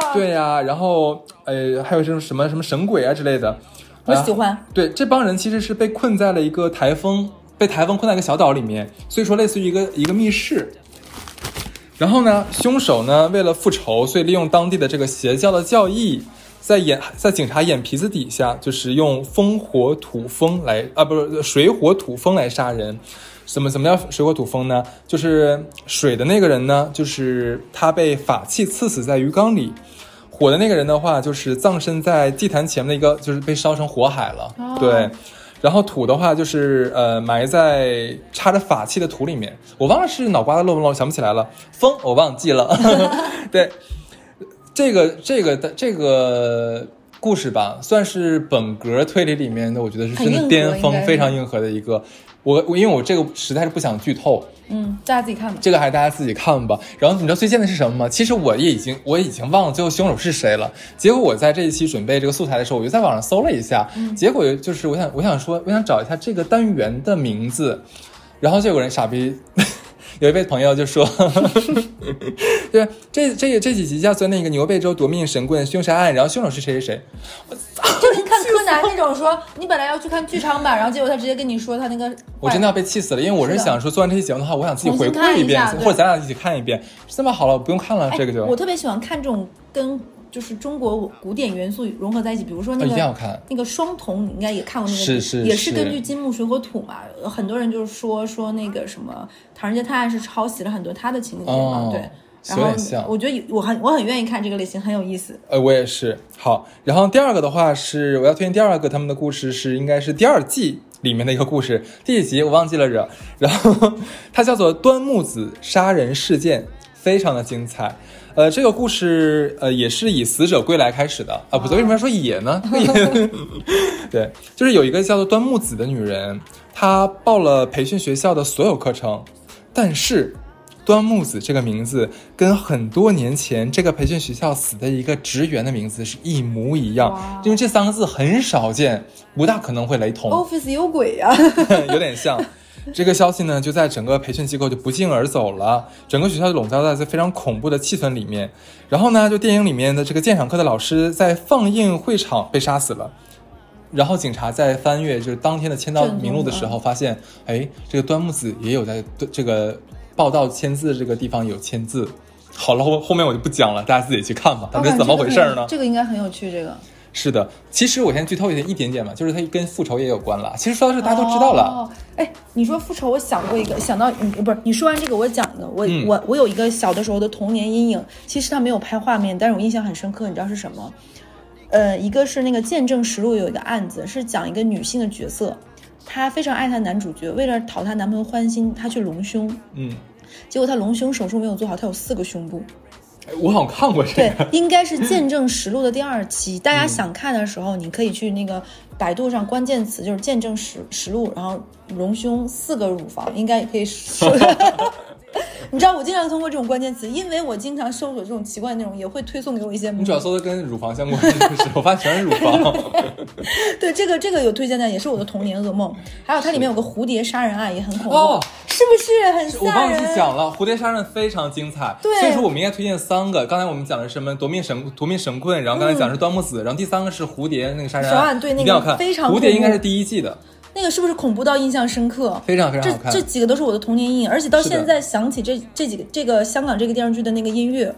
哇，
对呀、然后呃，还有这种什么什么神鬼啊之类的。
我
啊
喜欢。
对，这帮人其实是被困在了一个台风，被台风困在一个小岛里面，所以说类似于一个一个密室。然后呢，凶手呢为了复仇，所以利用当地的这个邪教的教义，在眼在警察眼皮子底下，就是用风火土风来啊，不是水火土风来杀人。怎么怎么叫水火土风呢？就是水的那个人呢，就是他被法器刺死在鱼缸里；火的那个人的话，就是葬身在祭坛前面的一个，就是被烧成火海了。
哦
对。然后土的话就是呃埋在插着法器的土里面，我忘了是脑瓜子漏不漏，想不起来了。风我忘记了， 对，这个这个的这个故事吧，算是本格推理里面的，我觉得是真
很硬
的
核
巅峰
应该，是
非常硬核的一个。我我因为我这个实在是不想剧透，
嗯，大家自己看吧。
这个还大家自己看吧。然后你知道最贱的是什么吗？其实我也已经我已经忘了最后凶手是谁了。结果我在这一期准备这个素材的时候，我就在网上搜了一下，
嗯
结果就是我想我想说我想找一下这个单元的名字，然后就有人傻逼。 有一位朋友就说：“ 对，这这这几集叫做那个牛背洲夺命神棍凶杀案，然后凶手是谁谁谁，
就是看柯南那种说，你本来要去看剧场版，然后结果他直接跟你说他那个，
我真的要被气死了，因为我是
是的
想说做完这期节目的话，我想自己
重
回
新
顾
看一
遍
下，对
或者咱俩一起看一遍。这么好了，我不用看了，
哎
这个就
我特别喜欢看这种跟就是中国古典元素融合在一起，比如说那
啊一定要
个。
看。
那个双瞳，你应该也看过那个，
是是
也是
是
根据金木水火土嘛。呃很多人就是说说那个什么《唐人街探案》是抄袭了很多他的情节嘛，
哦
对。然
有
后
点像
我觉得有我很我很愿意看这个类型，很有意思。
呃，我也是。好，然后第二个的话是我要推荐第二个他们的故事是应该是第二季里面的一个故事，第几集我忘记了惹。然后它叫做《端木子杀人事件》，非常的精彩。呃，这个故事呃也是以死者归来开始的啊，不对，为什么要说也呢？ 这个也 对，就是有一个叫做端木子的女人，她报了培训学校的所有课程，但是端木子这个名字跟很多年前这个培训学校死的一个职员的名字是一模一
哇
样，因为这三个字很少见，不大可能会雷同。
Office 有鬼啊呀、
有点像。这个消息呢，就在整个培训机构就不胫而走了，整个学校就笼罩在这非常恐怖的气氛里面。然后呢，就电影里面的这个鉴赏课的老师在放映会场被杀死了。然后警察在翻阅就是当天的签到名录的时候，发现，哎，这个端木子也有在这个报道签字这个地方有签字。好了，后后面我就不讲了，大家自己去看吧，到底是怎么回事儿呢？
这个应该很有趣，这个
是的，其实我先剧透一点一点点吧，就是它跟复仇也有关了。其实说到这，大家都知道了。
哦。哎、你说复仇，我想过一个，想到你不是你说完这个，我讲一个，我、
嗯
我我有一个小的时候的童年阴影，其实他没有拍画面，但是我印象很深刻，你知道是什么？呃，一个是那个《见证实录》有一个案子，是讲一个女性的角色，她非常爱她男主角，为了讨她男朋友欢心，她去隆胸，
嗯，
结果她隆胸手术没有做好，她有四个胸部。
哎我好像看过这
对
个，，
应该是《见证实录》的第二期。大家想看的时候，你可以去那个百度上关键词就是“见证实实录”，然后隆胸四个乳房，应该也可以搜。你知道我经常通过这种关键词，因为我经常搜索这种奇怪的内容，也会推送给我一些。
你主要搜的跟乳房相关的故事，我发现全是乳 房。
对这个这个有推荐的，也是我的童年噩梦。还有它里面有个蝴蝶杀人案，也很恐怖，
哦
是不是
我
很吓
忘记
人？
讲了，蝴蝶杀人非常精彩。
对
所以说我们应该推荐三个。刚才我们讲的是什么？夺命神夺命神棍，然后刚才讲的是端木子，然后第三个是蝴蝶那个杀
嗯
人
杀人案对
一
那
定
个
要看。
非常
蝴蝶
恐怖
应该是第一季的，
那个是不是恐怖到印象深刻？
非常非常
这
好看
这。几个都是我的童年阴影，而且到
是的
现在想起这这几个这个香港这个电视剧的那个音乐，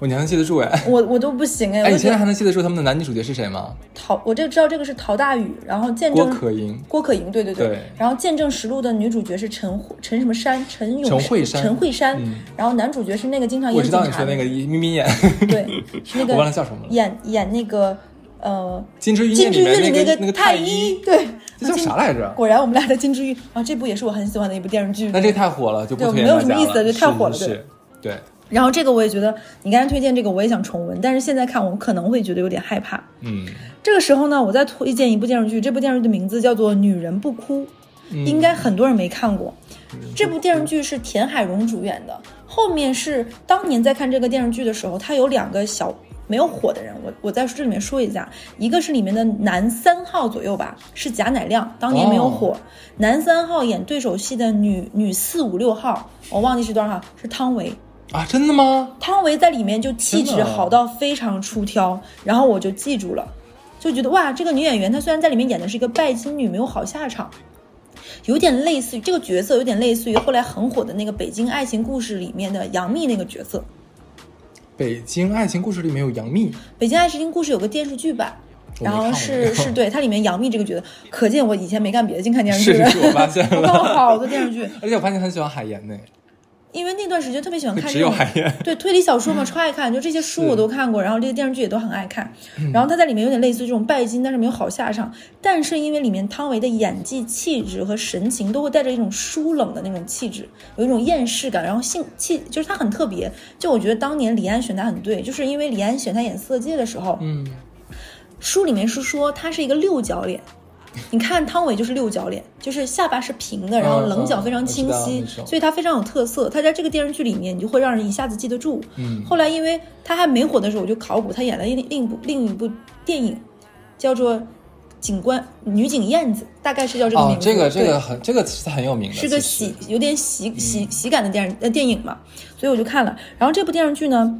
我你还能记得住哎？
我我都不行哎，
哎，
我
你现
觉
在
得
还能记得住他们的男女主角是谁吗？
陶，我这知道这个是陶大宇，然后见证
郭可盈。
郭可盈，对对对，
对
然后《见证实录》的女主角是陈慧陈什么山，陈永
陈慧珊
陈慧珊，
嗯
然后男主角是那个经常
我
演
知
啊警
道你
察
说
的
那个一眯眯眼，
对，是那个
我忘了叫什么了
演演那个呃
《金枝玉
《
叶》
金枝
里
玉》
面
里
那
个
那个
太
医，
对，
这叫啥来着？
果然我们俩在《金枝玉》啊，这部也是我很喜欢的一部电视剧。
那这太火了，就
对
不推荐大
没有
家
什么意思
了
这太火了
是是是对，
然后这个我也觉得，你刚才推荐这个我也想重温，但是现在看我可能会觉得有点害怕。
嗯，
这个时候呢，我再推荐一部电视剧，这部电视剧的名字叫做《女人不哭》，应该很多人没看过。这部电视剧是田海蓉主演的，后面是当年在看这个电视剧的时候，他有两个小没有火的人，我我在这里面说一下，一个是里面的男三号左右吧，是贾乃亮，当年没有火，男三号演对手戏的女女四五六号，我忘记是多少号，是汤唯。
啊，真的吗？
汤唯在里面就气
真
质
的啊
好到非常出挑，然后我就记住了，就觉得哇，这个女演员她虽然在里面演的是一个拜金女，没有好下场，有点类似于这个角色，有点类似于后来很火的那个《北京爱情故事》里面的杨幂那个角色。
北京爱情故事里面有杨幂，
《北京爱情故事》有个电视剧版，然后
我
是
没看过
是对它里面杨幂这个角色，可见我以前没干别的，净看电视剧。
是是我发现 了
我看了好多电视剧，
而且我发现很喜欢海岩呢，
因为那段时间特别喜欢看
只
这
有
种
海岩。
对推理小说嘛，超爱看，就这些书我都看过，然后这些电视剧也都很爱看。
嗯
然后他在里面有点类似于这种拜金，但是没有好下场。但是因为里面汤唯的演技、气质和神情都会带着一种疏冷的那种气质，有一种厌世感，然后性气就是他很特别。就我觉得当年李安选他很对，就是因为李安选他演《色戒》的时候，
嗯，
书里面是说他是一个六角脸，你看汤唯就是六角脸，就是下巴是平的，然后棱角非常清
嗯
晰
嗯啊我知道那，种
所以他非常有特色。他在这个电视剧里面，你就会让人一下子记得住。
嗯
后来因为他还没火的时候，我就考古他演了另另一部另一部电影，叫做《警官女警燕子》，大概是叫这个名
哦
字。，
这个这
对
个很这个其实很有名的，
是个
其实嗯
喜有点喜喜喜感的电影呃电影嘛，所以我就看了。然后这部电视剧呢，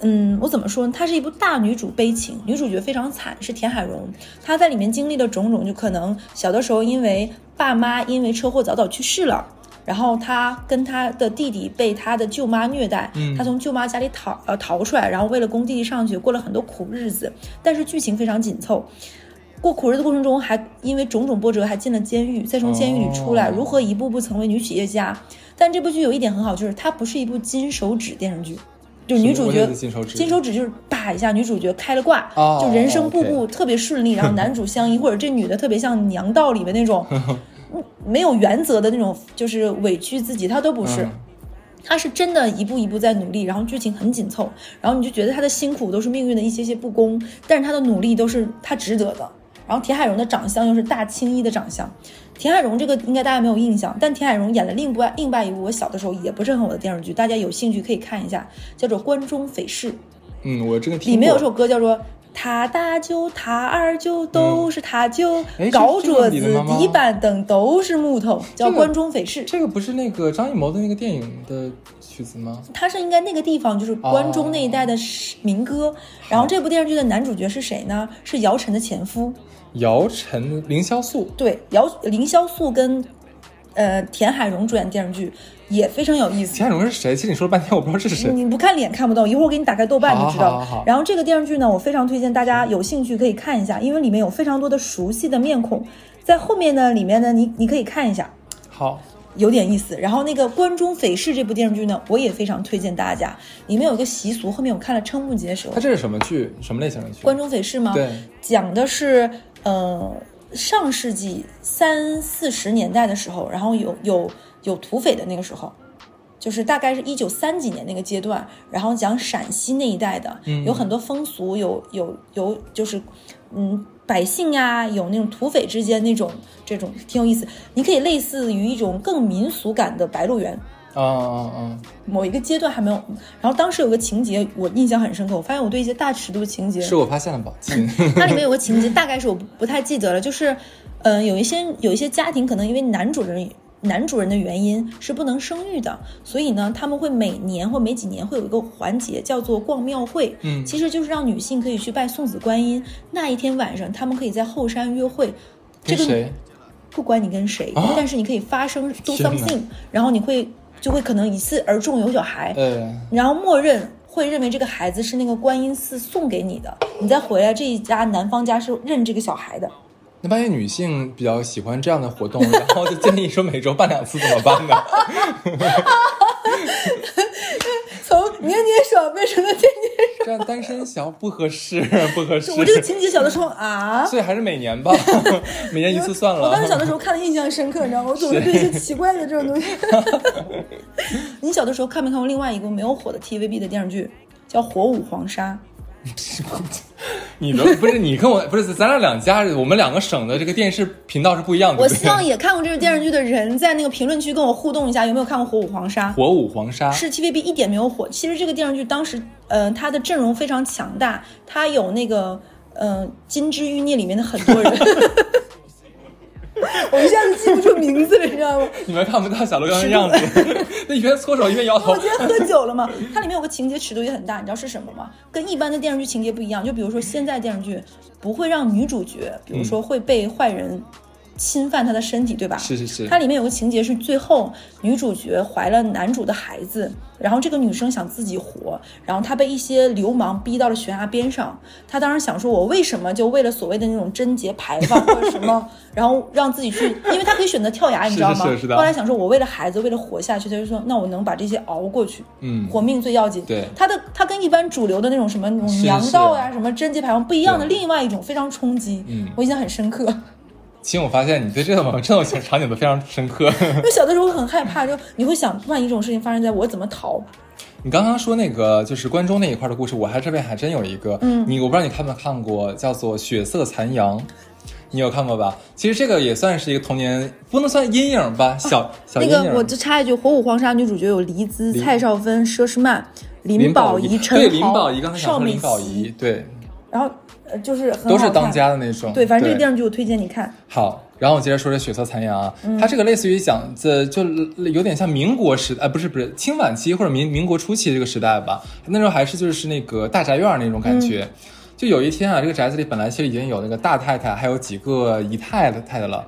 嗯，我怎么说呢？它是一部大女主悲情，女主角非常惨，是田海蓉。她在里面经历的种种，就可能小的时候因为爸妈因为车祸早早去世了。然后她跟她的弟弟被她的舅妈虐待，
嗯
她从舅妈家里逃呃逃出来，然后为了供弟弟上学，过了很多苦日子。但是剧情非常紧凑，过苦日子过程中还因为种种波折还进了监狱，再从监狱里出来，
哦
如何一步步成为女企业家？但这部剧有一点很好，就是它不是一部金手指电视剧，就女主
什么
角
意思金手指
金手指就是啪一下，女主角开了挂，
哦
就人生步
OK
步特别顺利，然后男主相 依，或者这女的特别像娘道里面那种嗯没有原则的那种，就是委屈自己，她都不是。
嗯
他是真的一步一步在努力，然后剧情很紧凑，然后你就觉得他的辛苦都是命运的一些些不公，但是他的努力都是他值得的。然后田海蓉的长相又是大青衣的长相，田海蓉这个应该大家没有印象，但田海蓉演了另外另外一部我小的时候也不是很火的电视剧，大家有兴趣可以看一下，叫做《关中匪事》，
嗯，我这个听
里面有
过
首歌叫做。他大舅、他二舅都是他舅
哎，这
搞
这个
桌
你
子
的妈妈、
地板等都是木头，叫《
这个
关中匪事》。
这个不是那个张艺谋的那个电影的曲子吗？
它是应该那个地方就是
哦
关中那一带的民歌。然后这部电视剧的男主角是谁呢？是姚晨的前夫，
姚晨、凌潇肃，
对，姚凌潇肃跟呃田海蓉主演电视剧也非常有意思
秦。海荣是谁？其实你说了半天，我不知道是谁。
你不看脸看不到，一会儿给你打开豆瓣
好
就知道
好好
了
好。
然后这个电视剧呢，我非常推荐大家有兴趣可以看一下，因为里面有非常多的熟悉的面孔。在后面呢，里面呢，你你可以看一下，
好，
有点意思。然后那个《关中匪事》这部电视剧呢，我也非常推荐大家。里面有一个习俗，后面我看了瞠目结舌
它。这是什么剧？什么类型的剧？
关中匪事吗？
对
讲的是呃上世纪三四十年代的时候，然后有有有土匪的那个时候。就是大概是一九三几年那个阶段，然后讲陕西那一带的，
嗯
有很多风俗，有有有，就是，嗯，百姓呀、有那种土匪之间那种这种挺有意思。你可以类似于一种更民俗感的《白鹿原》，
啊啊啊！
某一个阶段还没有。然后当时有个情节我印象很深刻，我发现我对一些大尺度的情节
是我发现了宝 琴。
它里面有个情节，大概是我不不太记得了，就是，嗯、有一些有一些家庭可能因为男主人男主人的原因是不能生育的，所以呢，他们会每年或每几年会有一个环节叫做逛庙会，
嗯
其实就是让女性可以去拜送子观音。那一天晚上，他们可以在后山约会。这
跟
个
谁？
不管你跟谁，
啊
但是你可以发生 do
天哪
something，然后你会就会可能一次而中有小孩，
呃，
然后默认会认为这个孩子是那个观音寺送给你的，你再回来这一家男方家是认这个小孩的。
那万一女性比较喜欢这样的活动，然后就建议说每周办两次怎么办呢？
从年年爽变成了天天
这样单身小不合适， 不合适
爽。。我这个情节小的时候啊，
所以还是每年吧， 每年一次算了。啊
我当时小的时候看的印象深刻，你知道吗？我总是对一些奇怪的这种东西。你小的时候看没看过另外一部没有火的 TVB 的电视剧，叫《火舞黄
嗯
沙
你的不是你跟我不是咱俩两家，我们两个省的这个电视频道是不一样》？的。
我
对不
希
对
望也看过这个电视剧的人在那个评论区跟我互动一下，有没有看过《火舞黄沙》？
火舞黄沙
是 TVB 一点没有火。其实这个电视剧当时，呃，它的阵容非常强大，它有那个，呃，《金枝欲孽》里面的很多人， 我一下子记不住名字了，你知 道吗？
你们看不到小鹿刚刚的样子， 那一边搓手一边摇头
我今。天喝酒了嘛，它里面有个情节尺度也很大，你知道是什么吗？跟一般的电视剧嗯情节不一样，就比如说现在电视剧不会让女主角，比如说会被坏人侵犯他的身体，对吧？
是是是，
它里面有个情节是最后女主角怀了男主的孩子，然后这个女生想自己活，然后她被一些流氓逼到了悬崖边上。她当时想说，我为什么就为了所谓的那种贞洁牌坊 或者什么，然后让自己去，因为她可以选择跳崖，你知道吗？
是是是是的
后来想说，我为了孩子，为了活下去，她就说，那我能把这些熬过去，
嗯
活命最要紧。
对
她的她跟一般主流的那种什么那种
是
娘
是
道呀、啊什么贞洁牌坊不一样的
对
另外一种非常冲击，
嗯
我印象很深刻。
其实我发现你对这种这种场景都非常深刻。
因为小的时候很害怕，就你会想，万一这种事情发生在我怎么逃？
你刚刚说那个就是关中那一块的故事，我还这边还真有一个，
嗯
你我不知道你看没看过，叫做《血色残阳》，你有看过吧？其实这个也算是一个童年，不能算阴影吧，小、小
啊那
阴影。
个我就插一句，《火舞黄沙》女主角有黎姿、
林
蔡少芬、佘诗曼、
林
宝
仪，
仪、
对
陈
林
豪、
宝仪，刚才想
邵
说
美
林宝仪，
琪，
对，
然后呃就是很
都是
好
当
看。
家的那种。
对，反正这个电视剧我推荐你看。
好，然后我接着说这《血色残阳》啊，
嗯
它这个类似于讲这就有点像民国时代，呃，不是不是清晚期或者民民国初期这个时代吧，那时候还是就是那个大宅院儿那种
嗯
感觉。就有一天啊，这个宅子里本来其实已经有那个大太太，还有几个姨太太太了，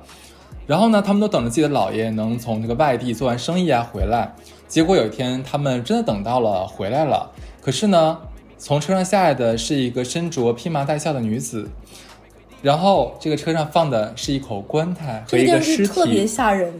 然后呢，他们都等着自己的姥爷能从这个外地做完生意啊回来。结果有一天，他们真的等到了，回来了。可是呢，从车上下来的是一个身着披麻戴孝的女子，然后这个车上放的是一口棺材
这
和
个
一个
电视剧
尸
特别
体，
吓人，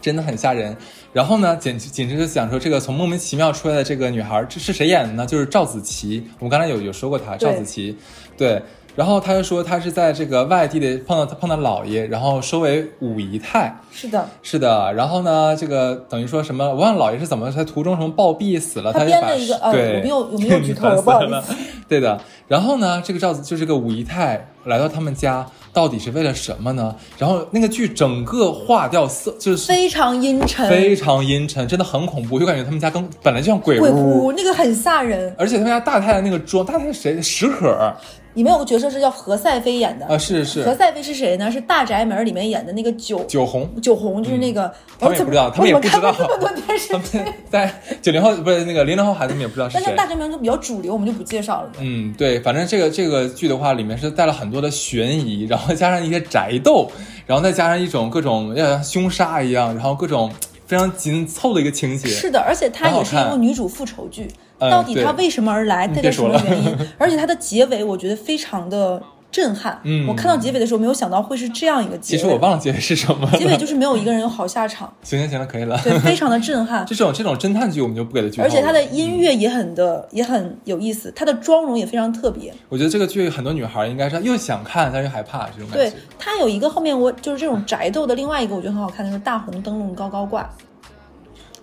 真的很吓人。然后呢，简简直就想说，这个从莫名其妙出来的这个女孩，这是谁演的呢？就是赵子琪，我们刚才有有说过她，
对
赵子琪，对。然后她就说她是在这个外地的碰到碰到姥爷，然后收为五姨太，
是的，
是的，然后呢，这个等于说什么？我忘了姥爷是怎么在途中什么暴毙死了，
他
就
编
把
了一个呃，
对，
有没有有 没有剧透？
烦
我
死
不好意
了
思，
对的。然后呢，这个赵子就是这个五姨太来到他们家，到底是为了什么呢？然后那个剧整个化掉色，就是
非常阴沉，
非常阴沉，真的很恐怖，就感觉他们家跟本来就像鬼
鬼哭，那个很吓人。
而且他们家大太太那个妆，大太太谁？石可儿
里面有个角色是叫何赛飞演的，
啊，是
何
是
赛飞是谁呢？是《大宅门》里面演的那个九
酒红。
酒红就是那个，
嗯他们
我
也
怎么
不知道他们也
我
不
怎
知
么
道
看过这么多电视
他
剧，
们在 九零后不是那个零零后孩子们也不知道是
但
谁
是，大宅门就比较主流，我们就不介绍了。
嗯，对，反正这个这个剧的话，里面是带了很多的悬疑，然后加上一些宅斗，然后再加上一种各种像凶杀一样，然后各种非常紧凑的一个情节。
是的，而且它
很好
也是一部
看
女主复仇剧，
嗯
到底
对嗯
她为什么而来，带
别
着什
说
么
了
原 因？而且它的结尾，我觉得非常的震撼。
嗯
我看到结尾的时候，没有想到会是这样一个结
其
尾。
实我忘了结尾是什么了。
结尾就是没有一个人有好下 场，
行行行了，可以了。
对，非常的震撼。
这种这种侦探剧我们就不给它剧透了。
而且它的音乐也很的也很有意思，它的妆容也非常特别。
我觉得这个剧很多女孩应该是又想看，但又害怕这种感
对
觉。，
它有一个后面我就是这种宅斗的另外一个，我觉得很好看的就是《大红灯笼高高挂》，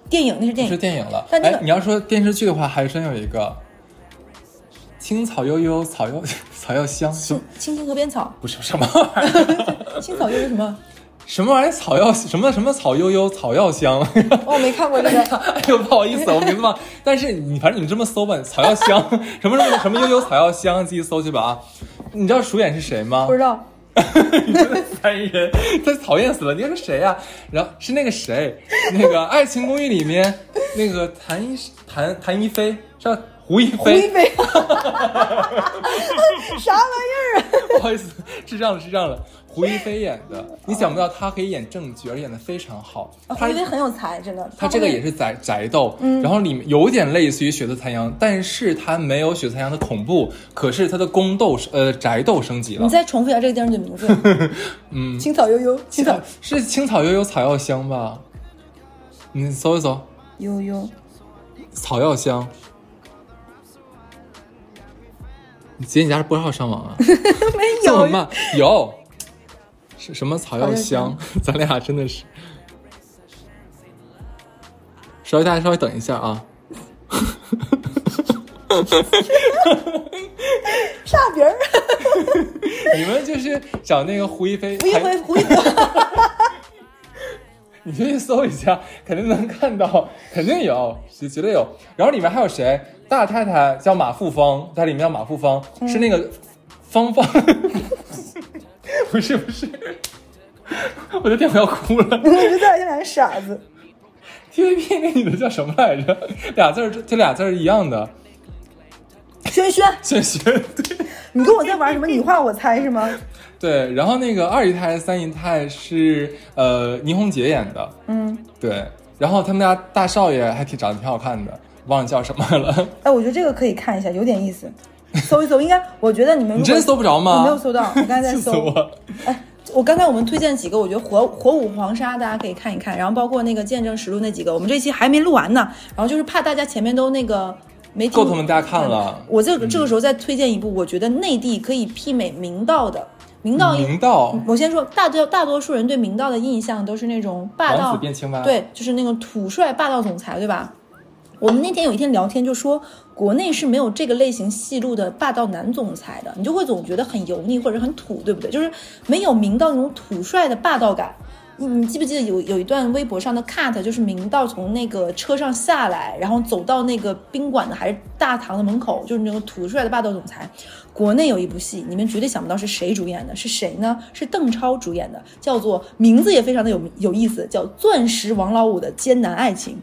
电影那是电
是
影，
电影了。
但那个
哎，你要说电视剧的话，还真有一个《青草悠悠草又 草又香》
青青青河边草，
不是什么 玩意儿。
青草又是什么？
什么玩意儿？草药什么什么草悠悠草药香？
哦，我没看过这个。
哎呦，不好意思，我名字忘。但是你反正你们这么搜吧，草药香 什么什么什么悠悠草药香，自己搜去吧啊。你知道主演是谁吗
不？知道，
三人，他讨厌死了。你说是谁呀、然后是那个谁，那个《爱情公寓》里面那个谭一谭谭一菲，是吧胡一
胡一
菲。
菲，啥玩意儿啊？
不好意思，智障了，智障了。胡一菲演的，你想不到她可以演正剧，而且演的非常好。
胡
她
一菲很有才，真的。
它这个也
是
是宅宅斗，
嗯
然后里面有点类似于《血色残阳》，但是它没有《血色残阳》的恐怖，可是它的宫斗是呃宅斗升级
你
了。
再重复一下这个电视剧名字。 嗯，青草悠悠，青草
是青草悠悠草药香吧？你搜一搜
悠 悠，
草药香。你姐，你家是拨号上网 啊？
没
这么
有
慢？有是什么草药
草
香？ 咱俩真的是，稍微大家稍微等一下 啊。
差别 儿。
你们就是找那个胡一菲，
胡一菲，胡一菲，
你就去搜一下，肯定能看到，肯定有，绝绝对有。然后里面还有谁？大太太叫马富芳，在里面叫马富芳，
嗯
是那个芳 芳，不是不是，我的天，我要哭了。
我觉得咱俩像俩傻子。
TVB 那女的叫什么来着？俩字儿，这俩字儿一样的，
轩轩，
轩轩。对，
你跟我在玩什么？你画我猜是吗？
对，然后那个二姨太、三姨太是呃倪虹洁演的，
嗯，
对，然后他们家大少爷还挺长得挺好看的，忘了叫什么了。
哎，我觉得这个可以看一下，有点意思，搜一搜。应该，我觉得你们
你真搜不着吗？
我没有搜到，我 刚才在
气死
搜。
我！
哎，我刚才我们推荐几个，我觉得火火舞黄沙大家可以看一看，然后包括那个见证实录那几个，我们这期还没录完呢，然后就是怕大家前面都那个没听嗯
够他们大家看了
我这个这个时候再推荐一部，我觉得内地可以媲美明道的。明道一
明道
我先说，大多大多数人对明道的印象都是那种霸
王
道
子，变青蛙，，
对，就是那个土帅霸道总裁，对吧？我们那天有一天聊天就说，国内是没有这个类型戏路的霸道男总裁的，你就会总觉得很油腻或者很土，对不对？就是没有明道那种土帅的霸道感。你你记不记得有有一段微博上的 cut，就是明道从那个车上下来，然后走到那个宾馆的还是大堂的门口，就是那个土帅的霸道总裁。国内有一部戏，你们绝对想不到是谁主演的，是谁呢？是邓超主演的，叫做名字也非常的有有意思，叫《钻石王老五的艰难爱情》。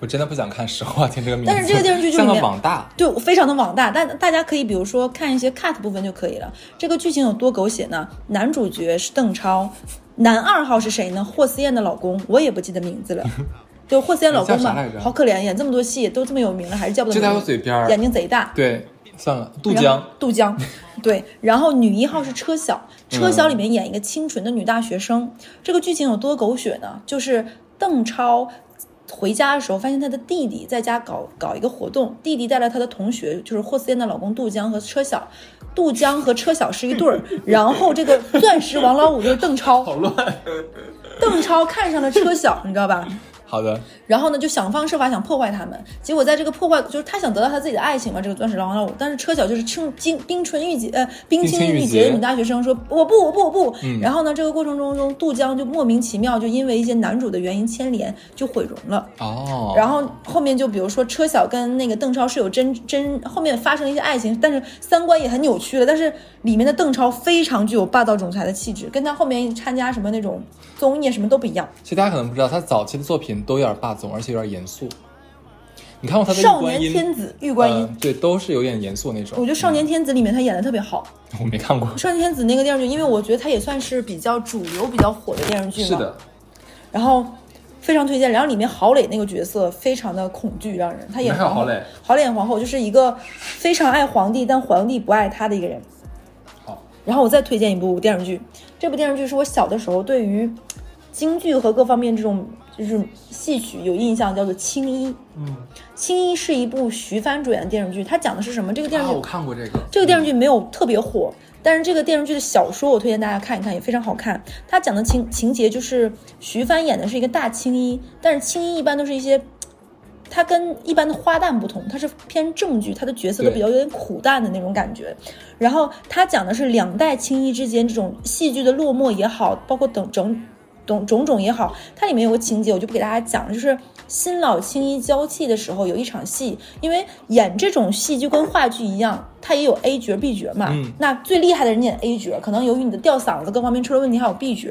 我真的不想看，实话听这个名字，
但是这个电视剧就
像
里
个
面
网大，
对，我非常的网大，但大家可以比如说看一些 cut 部分就可以了。这个剧情有多狗血呢？男主角是邓超，男二号是谁呢？霍思燕的老公，我也不记得名 字了。就霍思燕老公
叫啥
嘛
来着，
好可怜，演这么多戏都这么有名了，还是叫不得
就在
名
我
字
嘴边儿
眼睛贼大。
对，算了，杜
然后
江，
杜江， 嗯对。然后女一号是车晓，车晓里面演一个清纯的女大学生。这个剧情有多狗血呢？就是邓超。回家的时候，发现他的弟弟在家搞搞一个活动，弟弟带了他的同学，就是霍思燕的老公杜江和车晓，杜江和车晓是一对儿，然后这个钻石王老五就是邓超，
好乱，
邓超看上了车晓，你知道吧？
好的，
然后呢，就想方设法想破坏他们。结果在这个破坏，就是他想得到他自己的爱情嘛，这个钻石王老五。但是车晓就是清冰冰纯玉洁，呃，冰清
冰清玉
玉
洁
洁的女大学生说我不我不我不。
嗯
然后呢，这个过程中中，杜江就莫名其妙就因为一些男主的原因牵连，就毁容了。
哦，
然后后面就比如说车晓跟那个邓超是有真真，后面发生了一些爱情，但是三观也很扭曲了。但是里面的邓超非常具有霸道总裁的气质，跟他后面参加什么那种综艺啊什么都不一样。
其实大家可能不知道，他早期的作品都有点霸总，而且有点严肃。你看过他的《
少
玉观
年
音》
天子玉观音
呃，对，都是有点严肃那
我
种。
觉得《少年天子》里面他演的特别好，
我没看过
《少年天子》那个电视剧，因为我觉得他也算是比较主流、比较火的电视剧嘛。
是。的，
然后非常推荐，然后里面郝蕾那个角色非常的恐惧，让人他演
哪有
皇后
郝蕾，
郝蕾演皇后就是一个非常爱皇帝，但皇帝不爱她的一个人。
好，
然后我再推荐一部电视剧，这部电视剧是我小的时候对于京剧和各方面这种就是戏曲有印象，叫做《青衣》。
嗯，
《青衣》是一部徐帆主演的电视剧，它讲的是什么？这个电视
啊，
剧、
我看过这个，
这个电视剧没有特别火，但是这个电视剧的小说我推荐大家看一看，也非常好看。它讲的情情节就是徐帆演的是一个大青衣，但是青衣一般都是一些，它跟一般的花旦不同，它是偏正剧，它的角色都
对
比较有点苦淡的那种感觉。然后它讲的是两代青衣之间这种戏剧的落寞也好，包括等整。种种种也好，它里面有个情节，我就不给大家讲了，就是新老青衣交替的时候，有一场戏，因为演这种戏就跟话剧一样，它也有 A 角、B 角嘛。
嗯
那最厉害的人演 A 角，可能由于你的吊嗓子各方面出了问题，还有 B 角。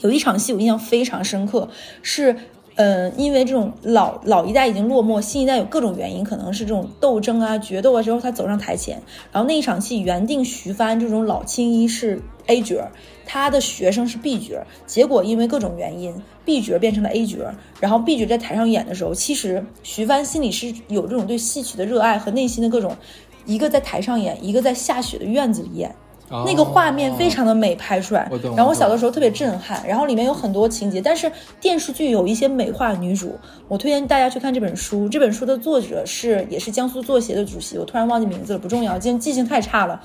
有一场戏我印象非常深刻，是，呃，因为这种老老一代已经落寞，新一代有各种原因，可能是这种斗争啊、决斗啊之后，他走上台前。然后那一场戏原定徐帆这种老青衣是 A 角，他的学生是 B 角，结果因为各种原因，B 角变成了 A 角。然后 B 角在台上演的时候，其实徐帆心里是有这种对戏曲的热爱和内心的各种，一个在台上演，一个在下雪的院子里演。
哦
那个画面非常的美拍出来
我懂，
然后
我
我
懂
小的时候特别震撼，然后里面有很多情节，但是电视剧有一些美化女主，我推荐大家去看这本书，这本书的作者是也是江苏作协的主席，我突然忘记名字了，不重要，今天记性太差了，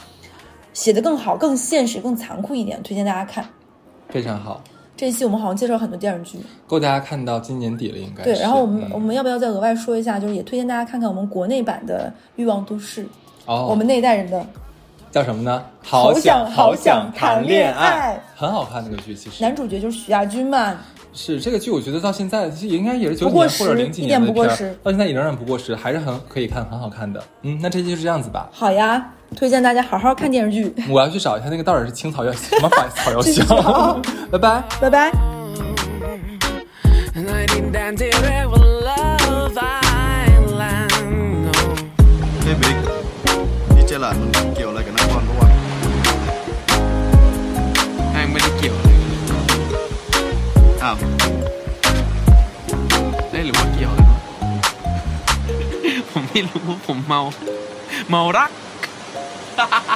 写的更好、更现实、更残酷一点，推荐大家看。
非常好，
这一期我们好像介绍很多电视剧，
够大家看到今年底了，应该
对，
是
然后我们、
嗯
我们要不要再额外说一下，就是也推荐大家看看我们国内版的《欲望都市》，
哦，
我们那一代人的
叫什么呢？
好
想
想
好
好想
谈
谈
恋
恋
爱
爱，
很好看那个剧，其实
男主角就是许亚军嘛，
是这个剧，我觉得到现在其实应该也是九
不
几
过
年
时
或者零几
一点
年的
不过
片儿
时，
到现在也仍然不过时，还是很可以看，很好看的。嗯，那这期就是这样子吧。
好呀，推荐大家好好看电视剧，
我要去找一下那个到底是青草药什么反 草药香， 拜拜。
拜拜。
I didn't dance it ever love island. No.
เฮ้ยบิ๊กดีเจหลานมึงเกี่ยวอะไรกับนักบอลปะวะ
ผมไม่รู้ผมเมา เมารัก ฮ่าฮ่าฮ่า